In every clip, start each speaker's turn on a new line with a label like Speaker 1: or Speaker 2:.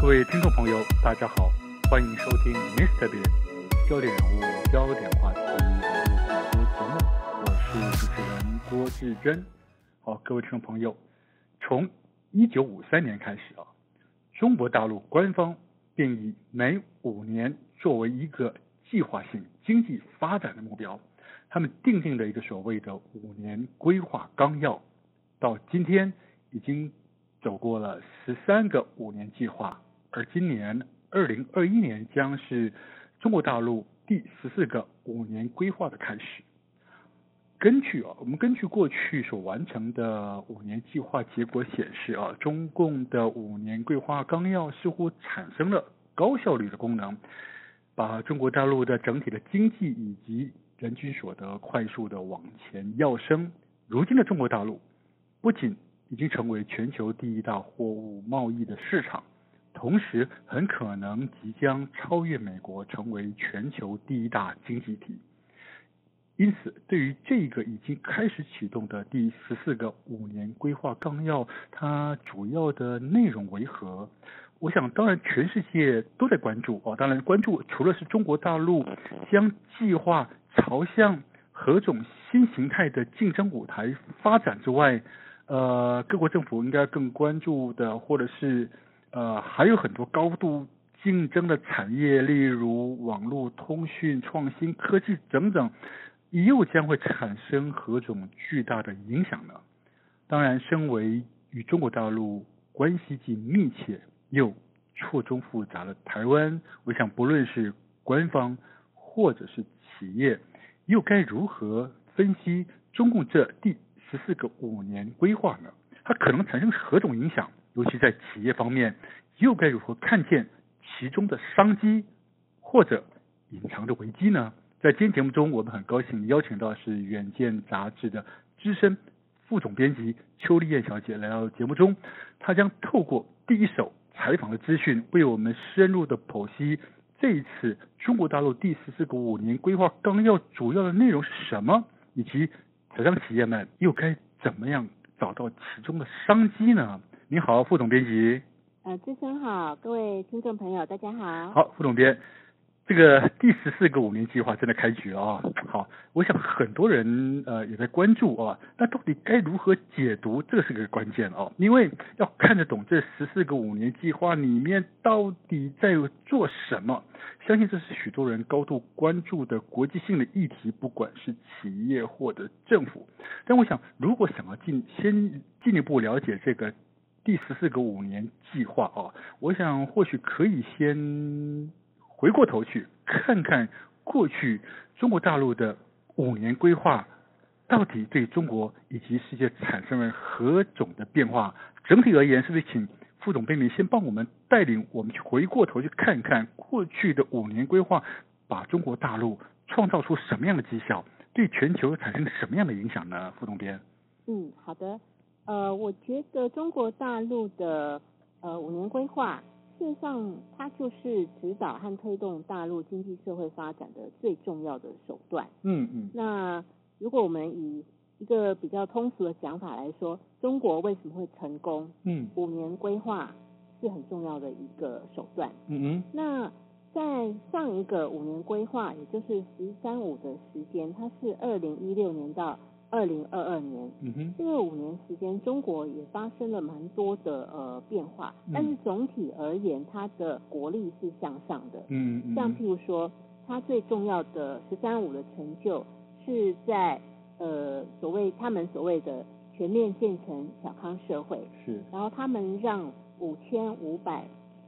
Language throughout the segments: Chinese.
Speaker 1: 各位听众朋友，大家好，欢迎收听 Mr. Bean 焦点人物、焦点话题的播节目，我是主持人郭志珍。好，各位听众朋友，从一九五三年开始啊，中国大陆官方便以每五年作为一个计划性经济发展的目标，他们定定的一个所谓的五年规划纲要，到今天已经走过了十三个五年计划，而今年二零二一年将是中国大陆第十四个五年规划的开始。根据啊，我们根据过去所完成的五年计划结果显示啊，中共的五年规划纲要似乎产生了高效率的功能，把中国大陆的整体的经济以及人均所得快速的往前跃升。如今的中国大陆不仅已经成为全球第一大货物贸易的市场，同时很可能即将超越美国，成为全球第一大经济体。因此，对于这个已经开始启动的第十四个五年规划纲要，它主要的内容为何？我想，当然全世界都在关注哦。当然，关注除了是中国大陆将计划朝向何种新形态的竞争舞台发展之外，呃，各国政府应该更关注的，或者是呃，还有很多高度竞争的产业，例如网络通讯、创新科技等等。又将会产生何种巨大的影响呢？当然，身为与中国大陆关系既密切又错综复杂的台湾，我想不论是官方或者是企业，又该如何分析中共这第十四个五年规划呢？它可能产生何种影响？尤其在企业方面，又该如何看见其中的商机或者隐藏的危机呢？在今天节目中，我们很高兴邀请到是《远见》杂志的资深副总编辑邱丽燕小姐来到节目中，她将透过第一手采访的资讯，为我们深入的剖析这一次中国大陆第十四个五年规划纲要主要的内容是什么，以及台商企业们又该怎么样找到其中的商机呢？你好，副总编辑。
Speaker 2: 呃，志生好，各位听众朋友，大家好。
Speaker 1: 好，副总编。这个第十四个五年计划正在开局啊，好，我想很多人呃也在关注啊，那到底该如何解读，这是个关键哦、啊，因为要看得懂这十四个五年计划里面到底在做什么，相信这是许多人高度关注的国际性的议题，不管是企业或者政府。但我想，如果想要进先进一步了解这个第十四个五年计划啊，我想或许可以先。回过头去看看过去中国大陆的五年规划到底对中国以及世界产生了何种的变化？整体而言，是不是请副总编辑先帮我们带领我们去回过头去看看过去的五年规划，把中国大陆创造出什么样的绩效，对全球产生什么样的影响呢？副总编。
Speaker 2: 嗯，好的。呃，我觉得中国大陆的呃五年规划。事实上，它就是指导和推动大陆经济社会发展的最重要的手段。
Speaker 1: 嗯嗯。
Speaker 2: 那如果我们以一个比较通俗的讲法来说，中国为什么会成功？
Speaker 1: 嗯，
Speaker 2: 五年规划是很重要的一个手段。
Speaker 1: 嗯嗯。
Speaker 2: 那在上一个五年规划，也就是“十三五”的时间，它是二零一六年到二零二二年。
Speaker 1: 嗯哼。
Speaker 2: 这个五年时间，中国也发生了蛮多的呃变化，但是总体而言，它的国力是向上的。
Speaker 1: 嗯嗯。
Speaker 2: 像譬如说，它最重要的“十三五”的成就是在呃所谓他们所谓的全面建成小康社会，
Speaker 1: 是。
Speaker 2: 然后他们让五千五百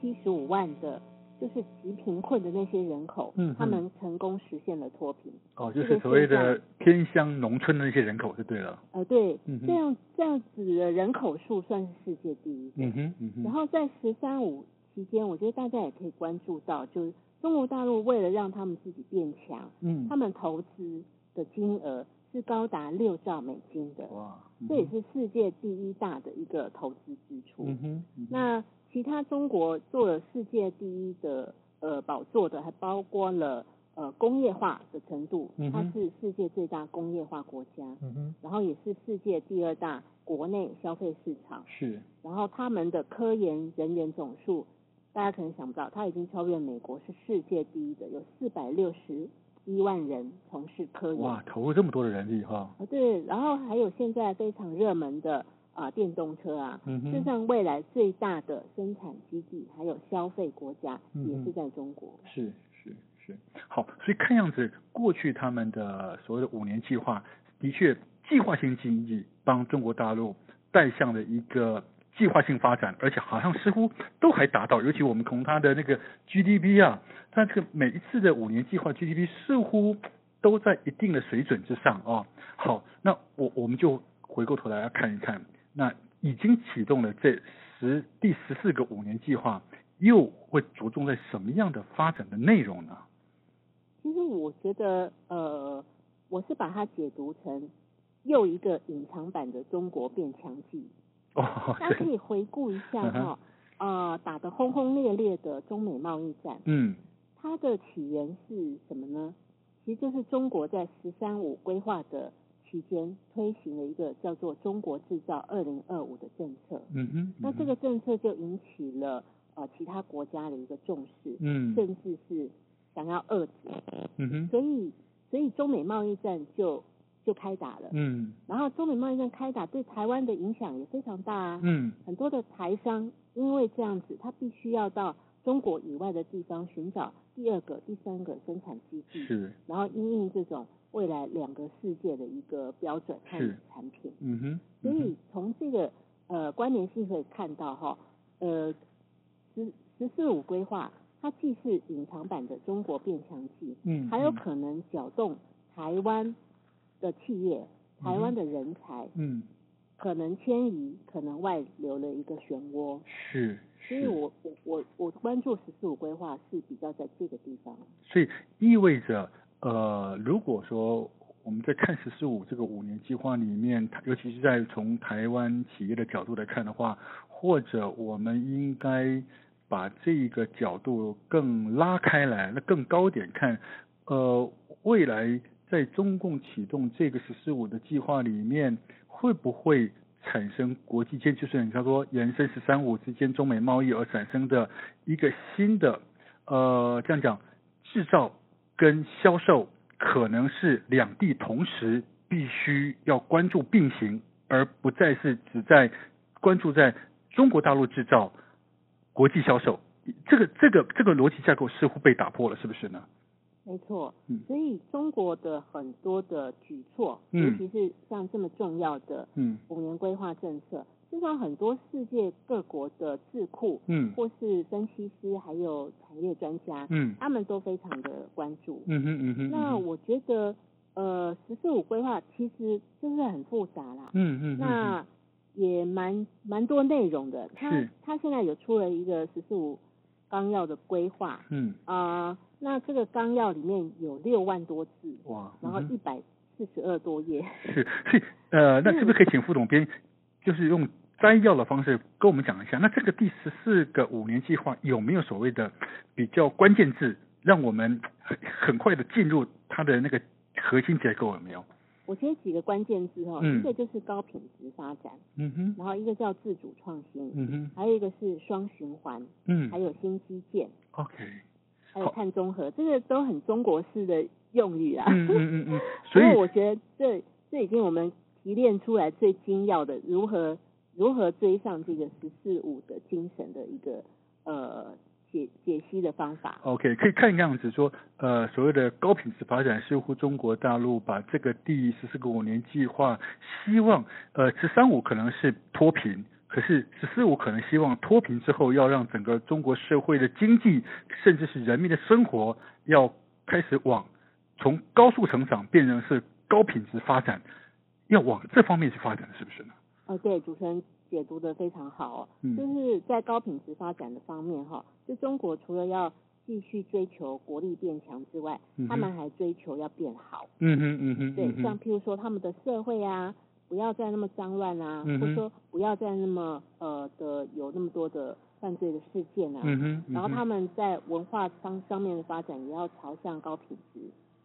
Speaker 2: 七十五万的，就是极贫困的那些人口，
Speaker 1: 嗯嗯
Speaker 2: 他们成功实现了脱贫。
Speaker 1: 哦，就是所谓的偏乡农村的那些人口就对了。
Speaker 2: 呃，对，
Speaker 1: 嗯哼
Speaker 2: 这样这样子的人口数算是世界第一。
Speaker 1: 嗯哼嗯
Speaker 2: 然
Speaker 1: 哼。
Speaker 2: 后在“十三五”期间，我觉得大家也可以关注到，就是中国大陆为了让他们自己变强，
Speaker 1: 嗯
Speaker 2: 他。们投资的金额是高达六兆美金的，
Speaker 1: 哇。
Speaker 2: 这也是世界第一大的一个投资支出。
Speaker 1: 嗯哼。嗯哼。
Speaker 2: 那其他中国做了世界第一的呃宝座的，还包括了呃工业化的程度
Speaker 1: 嗯，
Speaker 2: 它
Speaker 1: 哼
Speaker 2: 是世界最大工业化国家，
Speaker 1: 嗯哼。
Speaker 2: 然后也是世界第二大国内消费市场。
Speaker 1: 是。
Speaker 2: 然后他们的科研人员总数大家可能想不到，它已经超越美国，是世界第一的，有四百六十一万人从事科研。
Speaker 1: 哇，投入这么多的人力哈，
Speaker 2: 哦，对，然后还有现在非常热门的啊、电动车啊，
Speaker 1: 嗯
Speaker 2: 世
Speaker 1: 哼，
Speaker 2: 上未来最大的生产基地还有消费国家、
Speaker 1: 嗯哼
Speaker 2: 也是在中国。
Speaker 1: 是是是，好，所以看样子过去他们的所谓的五年计划，的确计划性经济帮中国大陆带向了一个。计划性发展，而且好像似乎都还达到，尤其我们从它的那个 GDP 啊，它这个每一次的五年计划 GDP 似乎都在一定的水准之上啊。好，那我我们就回过头来要看一看，那已经启动了这十第十四个五年计划，又会着重在什么样的发展的内容呢？
Speaker 2: 其实我觉得，呃，我是把它解读成又一个隐藏版的中国变强记。
Speaker 1: 哦，
Speaker 2: 大家可
Speaker 1: 对，
Speaker 2: 以回顾一下
Speaker 1: 嗯哼
Speaker 2: 哈、呃，打得轰轰烈烈的中美贸易战，
Speaker 1: 嗯，
Speaker 2: 它的起源是什么呢？其实就是中国在“十三五”规划的期间推行了一个叫做“中国制造二零二五”的政策。
Speaker 1: 嗯哼，
Speaker 2: 那
Speaker 1: 嗯哼
Speaker 2: 这个，政策就引起了呃其他国家的一个重视，
Speaker 1: 嗯，
Speaker 2: 甚至是想要遏制，
Speaker 1: 嗯哼，
Speaker 2: 所以所以中美贸易战就就开打了。
Speaker 1: 嗯
Speaker 2: 然后中美贸易战开打对台湾的影响也非常大啊，
Speaker 1: 嗯
Speaker 2: 很多的台商因为这样子，他必须要到中国以外的地方寻找第二个、第三个生产基地，
Speaker 1: 是，
Speaker 2: 然后因应这种未来两个世界的一个标准和
Speaker 1: 是
Speaker 2: 产品。
Speaker 1: 嗯哼，
Speaker 2: 所
Speaker 1: 嗯
Speaker 2: 以从这个呃关联性可以看到哈，呃十十四五规划，它既是隐藏版的中国变强记，
Speaker 1: 嗯，
Speaker 2: 还有
Speaker 1: 嗯
Speaker 2: 可能搅动台湾的企业、台湾的人才，
Speaker 1: 嗯
Speaker 2: 可能迁移，可能外流了一个漩涡。
Speaker 1: 是
Speaker 2: 所以
Speaker 1: 是，
Speaker 2: 我我我我关注十四五规划是比较在这个地方。
Speaker 1: 所以意味着，呃，如果说我们在看“十四五”这个五年计划里面，它尤其是在从台湾企业的角度来看的话，或者我们应该把这个角度更拉开来，那更高点看，呃，未来在中共启动这个“十四五”的计划里面，会不会产生国际间，就是你刚说延伸“十三五”之间中美贸易而产生的一个新的，呃，这样讲，制造跟销售可能是两地同时必须要关注并行，而不再是只在关注在中国大陆制造、国际销售。这个这个这个逻辑架构似乎被打破了，是不是呢？
Speaker 2: 没错
Speaker 1: 嗯，
Speaker 2: 所以中国的很多的举措，
Speaker 1: 嗯
Speaker 2: 尤其是像这么重要的
Speaker 1: 嗯
Speaker 2: 五年规划政策，事实上很多世界各国的智库
Speaker 1: 嗯
Speaker 2: 或是分析师，还有产业专家，
Speaker 1: 嗯
Speaker 2: 他们都非常的关注。
Speaker 1: 嗯哼嗯哼，
Speaker 2: 那我觉得，呃，十四五规划其实就是很复杂啦，
Speaker 1: 嗯嗯
Speaker 2: 那也蛮蛮多内容的。它
Speaker 1: 是
Speaker 2: 它现在有出了一个十四五纲要的规划
Speaker 1: 嗯
Speaker 2: 啊、呃那这个纲要里面有六万多字，
Speaker 1: 哇，嗯
Speaker 2: 然后一百四十二多页。
Speaker 1: 是是呃，那是不是可以请副总编就是用摘要的方式跟我们讲一下？那这个第十四个五年计划有没有所谓的比较关键字，让我们很很快的进入它的那个核心结构有没有？
Speaker 2: 我觉得几个关键字哦，
Speaker 1: 嗯
Speaker 2: 一个就是高品质发展，
Speaker 1: 嗯哼，
Speaker 2: 然后一个叫自主创新，
Speaker 1: 嗯哼，
Speaker 2: 还有一个是双循环，还
Speaker 1: 嗯
Speaker 2: 有新基建，
Speaker 1: ，OK，
Speaker 2: 还有
Speaker 1: 好
Speaker 2: 碳中和，这个都很中国式的用语啊。
Speaker 1: 嗯嗯嗯 嗯，所以
Speaker 2: 因为我觉得这这已经我们提炼出来最精要的如何如何追上这个十四五的精神的一个呃解解析的方法。
Speaker 1: OK，可以看样子说，呃，所谓的高品质发展，似乎中国大陆把这个第十四个五年计划，希望呃“十三五”可能是脱贫，可是“十四五”可能希望脱贫之后，要让整个中国社会的经济，甚至是人民的生活，要开始往从高速成长变成是高品质发展，要往这方面去发展，是不是呢？
Speaker 2: 呃，对，主持人解读的非常好、哦，
Speaker 1: 嗯
Speaker 2: 就是在高品质发展的方面哈、就中国除了要继续追求国力变强之外，
Speaker 1: 嗯
Speaker 2: 他
Speaker 1: 哼
Speaker 2: 们还追求要变好。
Speaker 1: 嗯哼嗯哼，
Speaker 2: 对
Speaker 1: 嗯，哼
Speaker 2: 像譬如说他们的社会啊，不要再那么脏乱啊，
Speaker 1: 嗯哼
Speaker 2: 或者说不要再那么呃的有那么多的犯罪的事件啊。
Speaker 1: 嗯哼，嗯
Speaker 2: 然后
Speaker 1: 哼
Speaker 2: 他们在文化方上面的发展也要朝向高品质，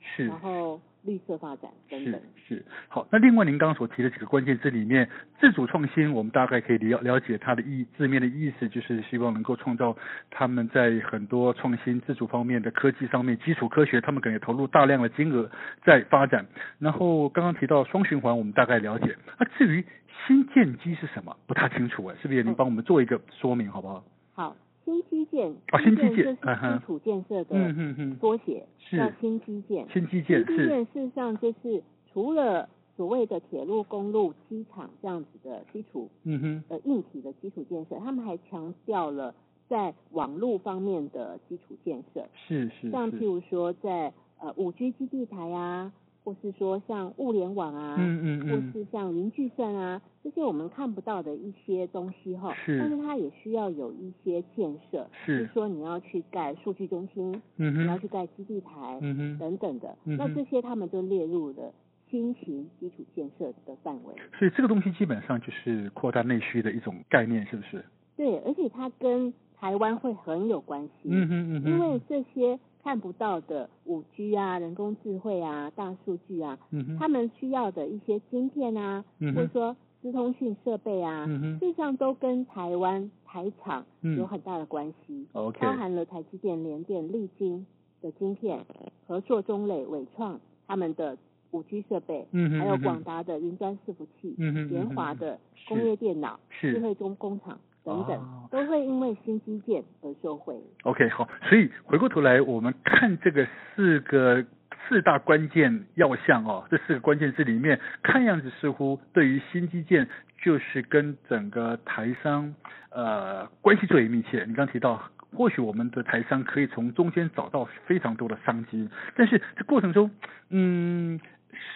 Speaker 1: 是
Speaker 2: 然后绿色发展等等
Speaker 1: 嗯是。是，好，那另外您刚刚所提的几个关键字里面，自主创新，我们大概可以了了解它的意字面的意思，就是希望能够创造他们在很多创新自主方面的科技上面，基础科学他们可能也投入大量的金额在发展。然后刚刚提到双循环，我们大概了解。那至于新建机是什么，不太清楚哎，是不是也
Speaker 2: 哦
Speaker 1: 您帮我们做一个说明好不好？
Speaker 2: 好，新基建，
Speaker 1: 哦新基建
Speaker 2: 就是
Speaker 1: 嗯哼
Speaker 2: 基础建设
Speaker 1: 嗯
Speaker 2: 的
Speaker 1: 嗯嗯，
Speaker 2: 缩写，
Speaker 1: 是
Speaker 2: 叫新基建。
Speaker 1: 新基建
Speaker 2: 新基
Speaker 1: 是
Speaker 2: 建事实上就是除了所谓的铁路、公路、机场这样子的基础
Speaker 1: 嗯哼
Speaker 2: 呃硬体的基础建设，他们还强调了在网络方面的基础建设，
Speaker 1: 是是
Speaker 2: 像譬
Speaker 1: 是，
Speaker 2: 如说在呃五 G 基地台啊，或是说像物联网啊，
Speaker 1: 嗯
Speaker 2: 或
Speaker 1: 嗯嗯，
Speaker 2: 是像云计算啊，这些我们看不到的一些东西哈，
Speaker 1: 是
Speaker 2: 但是它也需要有一些建设，比如
Speaker 1: 是
Speaker 2: 说你要去盖数据中心，
Speaker 1: 嗯
Speaker 2: 你要
Speaker 1: 哼
Speaker 2: 去盖基地台、
Speaker 1: 嗯哼。
Speaker 2: 等等的，
Speaker 1: 嗯
Speaker 2: 那
Speaker 1: 哼
Speaker 2: 这些他们就列入了新型基础建设的范围。
Speaker 1: 所以这个东西基本上就是扩大内需的一种概念，是不是？
Speaker 2: 对，而且它跟台湾会很有关系，
Speaker 1: 嗯哼嗯哼，
Speaker 2: 因为这些看不到的五 G 啊、人工智慧啊、大数据啊，
Speaker 1: 嗯哼
Speaker 2: 他们需要的一些晶片啊，
Speaker 1: 嗯
Speaker 2: 或者
Speaker 1: 哼
Speaker 2: 说资通讯设备啊，
Speaker 1: 嗯哼
Speaker 2: 事实上都跟台湾台厂
Speaker 1: 嗯
Speaker 2: 有很大的关系，
Speaker 1: ，OK，
Speaker 2: 包含了台积电、联电、力晶的晶片，合作中磊、伟创他们的五 G 设备，
Speaker 1: 嗯哼，
Speaker 2: 还有
Speaker 1: 嗯哼
Speaker 2: 广达的云端伺服器、
Speaker 1: 嗯哼
Speaker 2: 联华的工业电脑、
Speaker 1: 是
Speaker 2: 智
Speaker 1: 是
Speaker 2: 慧中工厂等等。
Speaker 1: 哦
Speaker 2: 都会因为新基建而受惠。
Speaker 1: OK 好，所以回过头来我们看这个四个。四大关键要项哦，这四个关键字里面，看样子似乎对于新基建就是跟整个台商呃关系最为密切。你刚提到，或许我们的台商可以从中间找到非常多的商机，但是这过程中，嗯，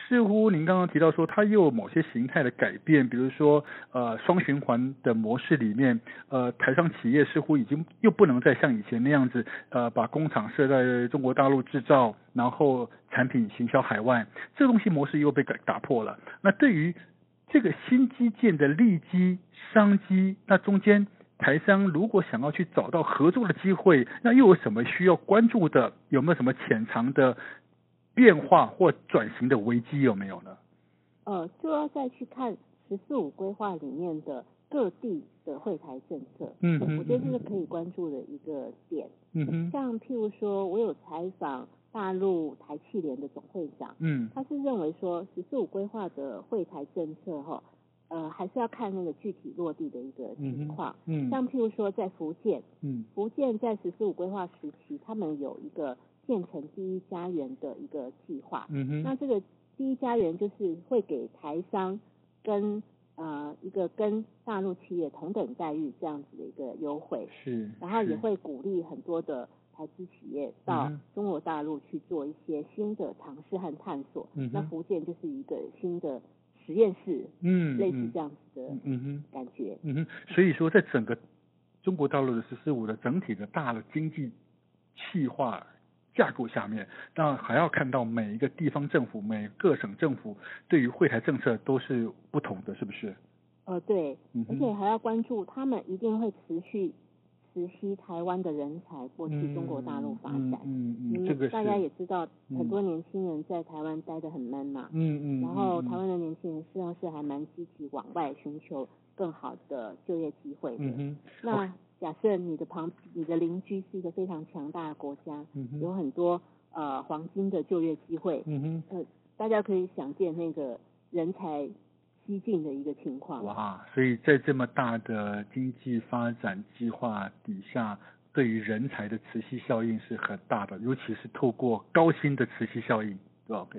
Speaker 1: 似乎您刚刚提到说，它又有某些形态的改变，比如说呃双循环的模式里面，呃台商企业似乎已经又不能再像以前那样子，呃把工厂设在中国大陆制造，然后产品行销海外，这个东西模式又被改打破了。那对于这个新基建的利基、商机，那中间台商如果想要去找到合作的机会，那又有什么需要关注的？有没有什么潜藏的变化或转型的危机有没有呢？
Speaker 2: 呃，就要再去看“十四五”规划里面的各地的会台政策。
Speaker 1: 嗯
Speaker 2: 对
Speaker 1: 哼
Speaker 2: 我觉得
Speaker 1: 嗯
Speaker 2: 这
Speaker 1: 哼
Speaker 2: 是可以关注的一个点。
Speaker 1: 嗯哼，
Speaker 2: 像譬如说，我有采访大陆台汽联的总会长，
Speaker 1: 嗯
Speaker 2: 他是认为说“十四五”规划的会台政策哈，呃，还是要看那个具体落地的一个情
Speaker 1: 嗯
Speaker 2: 况
Speaker 1: 哼。，嗯
Speaker 2: 像譬如说，在福建，
Speaker 1: 嗯
Speaker 2: 福建在“十四五”规划时期，他们有一个建成第一家园的一个计划。
Speaker 1: 嗯
Speaker 2: 那
Speaker 1: 哼，
Speaker 2: 这个第一家园就是会给台商跟呃一个跟大陆企业同等待遇这样子的一个优惠，
Speaker 1: 是，
Speaker 2: 然后也
Speaker 1: 是
Speaker 2: 会鼓励很多的台资企业到
Speaker 1: 嗯哼
Speaker 2: 中国大陆去做一些新的尝试和探索。
Speaker 1: 嗯
Speaker 2: 那
Speaker 1: 哼
Speaker 2: 福建就是一个新的实验室，
Speaker 1: 嗯
Speaker 2: 类似
Speaker 1: 嗯
Speaker 2: 这样子的
Speaker 1: 嗯嗯哼。
Speaker 2: 感觉。
Speaker 1: 嗯哼，所以说在整个中国大陆的“十四五”的整体的大的经济气化架构下面，那还要看到每一个地方政府、每个省政府对于会台政策都是不同的，是不是？
Speaker 2: 呃，对，
Speaker 1: 嗯
Speaker 2: 而
Speaker 1: 哼，
Speaker 2: 且还要关注他们一定会持续持续台湾的人才过去中国大陆发展。
Speaker 1: 嗯嗯嗯
Speaker 2: 嗯，
Speaker 1: 这个是
Speaker 2: 大家也知道，
Speaker 1: 嗯
Speaker 2: 很多年轻人在台湾待得很闷嘛，
Speaker 1: 嗯嗯，
Speaker 2: 然后
Speaker 1: 嗯
Speaker 2: 台湾的年轻人实际上是还蛮积极往外寻求更好的就业机会的。
Speaker 1: 嗯哼
Speaker 2: 那假设你的旁你的邻居是一个非常强大的国家，
Speaker 1: 嗯哼
Speaker 2: 有很多呃黄金的就业机会，呃
Speaker 1: 嗯哼，
Speaker 2: 大家可以想见那个人才激进的一个情况。
Speaker 1: 哇，所以在这么大的经济发展计划底下，对于人才的磁吸效应是很大的，尤其是透过高薪的磁吸效应，对吧？OK，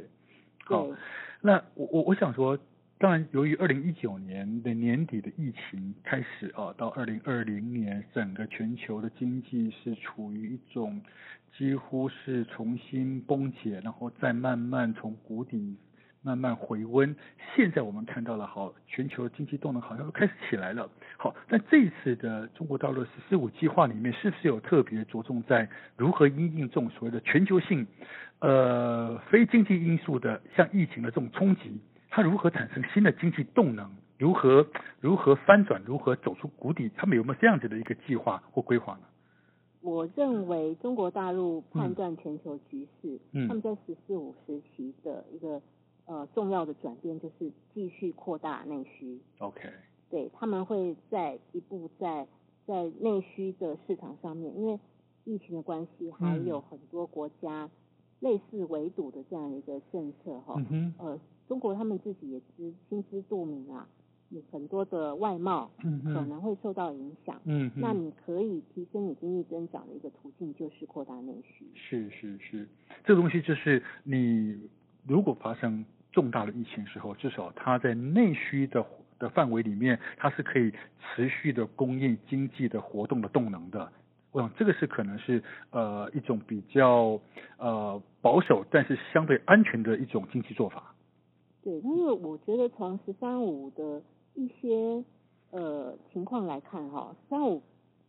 Speaker 1: 好
Speaker 2: 对，，
Speaker 1: 那我我我想说，当然，由于二零一九年的年底的疫情开始啊，到二零二零年，整个全球的经济是处于一种几乎是重新崩解，然后再慢慢从谷底慢慢回温。现在我们看到了，好，全球经济动能好像又开始起来了。好，那这一次的中国大陆“十四五”计划里面，是不是有特别着重在如何因应这种所谓的全球性呃非经济因素的，像疫情的这种冲击，它如何产生新的经济动能？如何如何翻转？如何走出谷底？他们有没有这样子的一个计划或规划呢？
Speaker 2: 我认为中国大陆判断全球局势，
Speaker 1: 嗯
Speaker 2: 他们在“十四五”时期的一个呃重要的转变，就是继续扩大内需。
Speaker 1: OK，
Speaker 2: 对，他们会在一步在在内需的市场上面，因为疫情的关系，还
Speaker 1: 嗯
Speaker 2: 有很多国家类似围堵的这样一个政策哈、
Speaker 1: 嗯哼，
Speaker 2: 呃，中国他们自己也知心知肚明啊，你很多的外贸
Speaker 1: 嗯
Speaker 2: 可
Speaker 1: 哼，
Speaker 2: 能会受到影响。
Speaker 1: 嗯
Speaker 2: 那
Speaker 1: 哼，
Speaker 2: 你可以提升你经济增长的一个途径就是扩大内需。
Speaker 1: 是是是，这东西就是你如果发生重大的疫情时候，至少它在内需的的范围里面，它是可以持续的供应经济的活动的动能的。我想这个是可能是呃一种比较呃保守，但是相对安全的一种经济做法。
Speaker 2: 对，但是我觉得从“十三五”的一些呃情况来看哈，“十三五”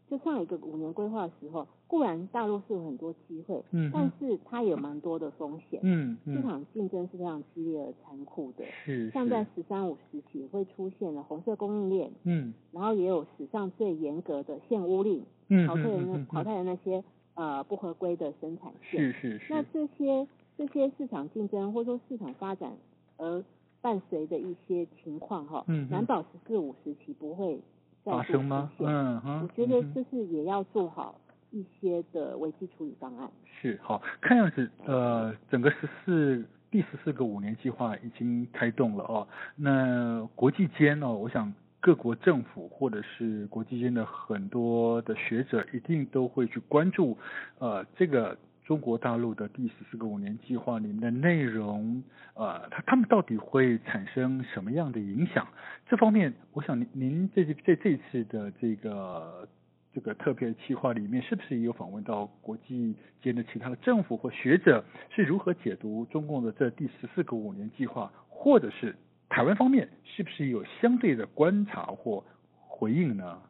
Speaker 2: 就上一个五年规划的时候，固然大陆是有很多机会，
Speaker 1: 嗯
Speaker 2: 但
Speaker 1: 哼
Speaker 2: 是它有蛮多的风险。
Speaker 1: 嗯
Speaker 2: 市
Speaker 1: 嗯，
Speaker 2: 场竞争是非常激烈而残酷的，
Speaker 1: 是
Speaker 2: 像嗯在
Speaker 1: 是，
Speaker 2: “十三五”时期会出现了红色供应链，
Speaker 1: 嗯
Speaker 2: 然后也有史上最严格的限污令，
Speaker 1: 嗯
Speaker 2: 淘汰了
Speaker 1: 嗯
Speaker 2: 那
Speaker 1: 嗯
Speaker 2: 淘
Speaker 1: 嗯
Speaker 2: 汰了那些呃不合规的生产线。
Speaker 1: 是是是
Speaker 2: 那，这些这些市场竞争或者说市场发展而伴随的一些情况哈，
Speaker 1: 嗯哼
Speaker 2: 难保十四五时期不会再
Speaker 1: 发
Speaker 2: 度
Speaker 1: 生吗？
Speaker 2: 出现
Speaker 1: 嗯哼，
Speaker 2: 我觉得
Speaker 1: 嗯哼
Speaker 2: 就是也要做好一些的危机处理方案。
Speaker 1: 是好看样子，呃，整个十四第十四个五年计划已经开动了哦。那国际间呢、我想各国政府或者是国际间的很多的学者一定都会去关注，呃，这个中国大陆的第十四个五年计划里面的内容，呃，它他们到底会产生什么样的影响？这方面，我想您您这这这次的这个这个特别企划里面，是不是也有访问到国际间的其他的政府或学者是如何解读中共的这第十四个五年计划，或者是台湾方面是不是有相对的观察或回应呢？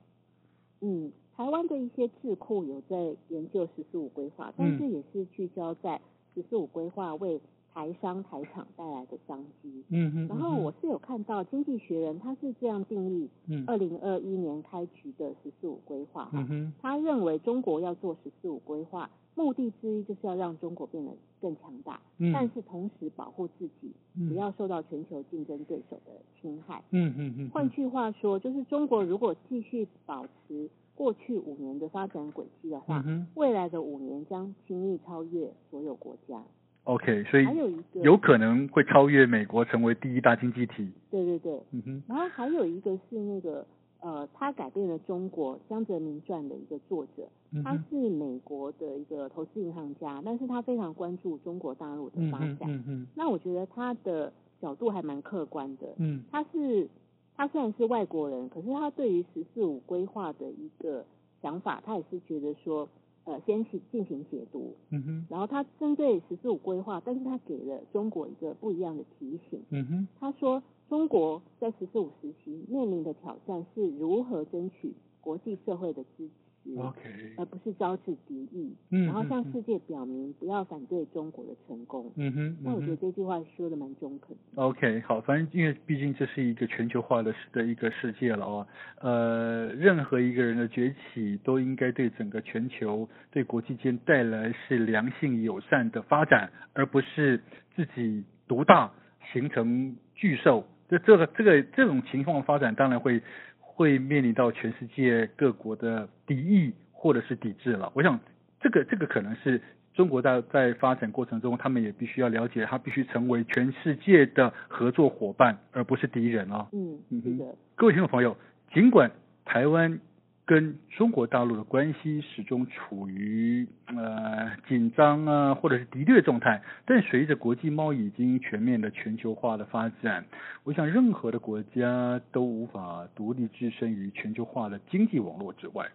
Speaker 2: 嗯，台湾的一些智库有在研究“十四五”规划，但
Speaker 1: 嗯
Speaker 2: 是也是聚焦在“十四五”规划为台商台厂带来的商机。
Speaker 1: 嗯哼
Speaker 2: 然后我是有看到《经济学人》它是这样定义
Speaker 1: 嗯
Speaker 2: 二零二一年开局的“十四五”规划哈
Speaker 1: 嗯哼
Speaker 2: 他认为中国要做“十四五”规划，目的之一就是要让中国变得更强大，
Speaker 1: 嗯，
Speaker 2: 但是同时保护自己，不要受到全球竞争对手的侵害。
Speaker 1: 嗯嗯嗯，
Speaker 2: 换句话说，就是中国如果继续保持过去五年的发展轨迹的话
Speaker 1: 嗯，哼
Speaker 2: 未来的五年将轻易超越所有国家。
Speaker 1: ，OK，所以
Speaker 2: 还有一个，
Speaker 1: 有可能会超越美国成为第一大经济体。
Speaker 2: 对对对，
Speaker 1: 嗯哼，
Speaker 2: 然后还有一个是那个呃，他改变了中国江泽民传的一个作者，
Speaker 1: 嗯
Speaker 2: 他
Speaker 1: 哼
Speaker 2: 是美国的一个投资银行家，但是他非常关注中国大陆的
Speaker 1: 嗯
Speaker 2: 发
Speaker 1: 哼
Speaker 2: 展。
Speaker 1: 嗯哼
Speaker 2: 那我觉得他的角度还蛮客观的。
Speaker 1: 嗯
Speaker 2: 他是他虽然是外国人，可是他对于“十四五”规划的一个想法，他也是觉得说，呃，先去进行解读，
Speaker 1: 嗯哼
Speaker 2: 然后他针对“十四五”规划，但是他给了中国一个不一样的提醒。
Speaker 1: 嗯哼
Speaker 2: 他说，中国在“十四五”时期面临的挑战是如何争取国际社会的支持。
Speaker 1: 哦，OK，
Speaker 2: 而不是招致敌意，
Speaker 1: 嗯，
Speaker 2: 然后向
Speaker 1: 嗯
Speaker 2: 世界表明不要反对中国的成功。
Speaker 1: 嗯哼，
Speaker 2: 那我觉得
Speaker 1: 嗯
Speaker 2: 这句话说的蛮中肯的。
Speaker 1: 哼，OK，好，反正因为毕竟这是一个全球化的世的一个世界了哦，呃，任何一个人的崛起都应该对整个全球、对国际间带来是良性友善的发展，而不是自己独大形成巨兽。这这个这个这种情况的发展，当然会会面临到全世界各国的敌意或者是抵制了。我想这个这个可能是中国在在发展过程中，他们也必须要了解，他必须成为全世界的合作伙伴，而不是敌人哦。
Speaker 2: 嗯，
Speaker 1: 嗯
Speaker 2: 是
Speaker 1: 哼
Speaker 2: 的，
Speaker 1: 各位听众朋友，尽管台湾跟中国大陆的关系始终处于呃紧张啊，或者是敌对状态，但随着国际贸易已经全面的全球化的发展，我想任何的国家都无法独立置身于全球化的经济网络之外，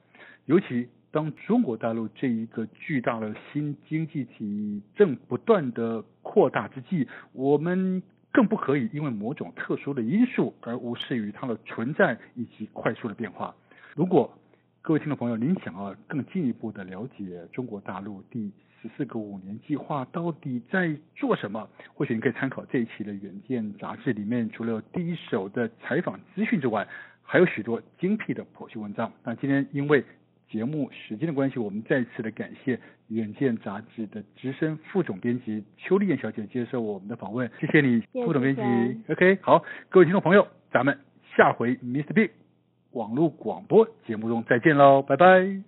Speaker 1: 尤其。当中国大陆这一个巨大的新经济体正不断的扩大之际，我们更不可以因为某种特殊的因素而无视于它的存在以及快速的变化。如果各位听众朋友，您想要更进一步的了解中国大陆第十四个五年计划到底在做什么，或许你可以参考这一期的《远见》杂志里面，除了有第一手的采访资讯之外，还有许多精辟的剖析文章。那今天因为节目时间的关系，我们再次的感谢《远见》杂志的资深副总编辑邱丽燕小姐接受我们的访问，谢谢你，
Speaker 2: 谢谢
Speaker 1: 副总编辑
Speaker 2: 主持人。
Speaker 1: OK，好，各位听众朋友，咱们下回 Mr. Big 网络广播节目中再见喽，拜拜。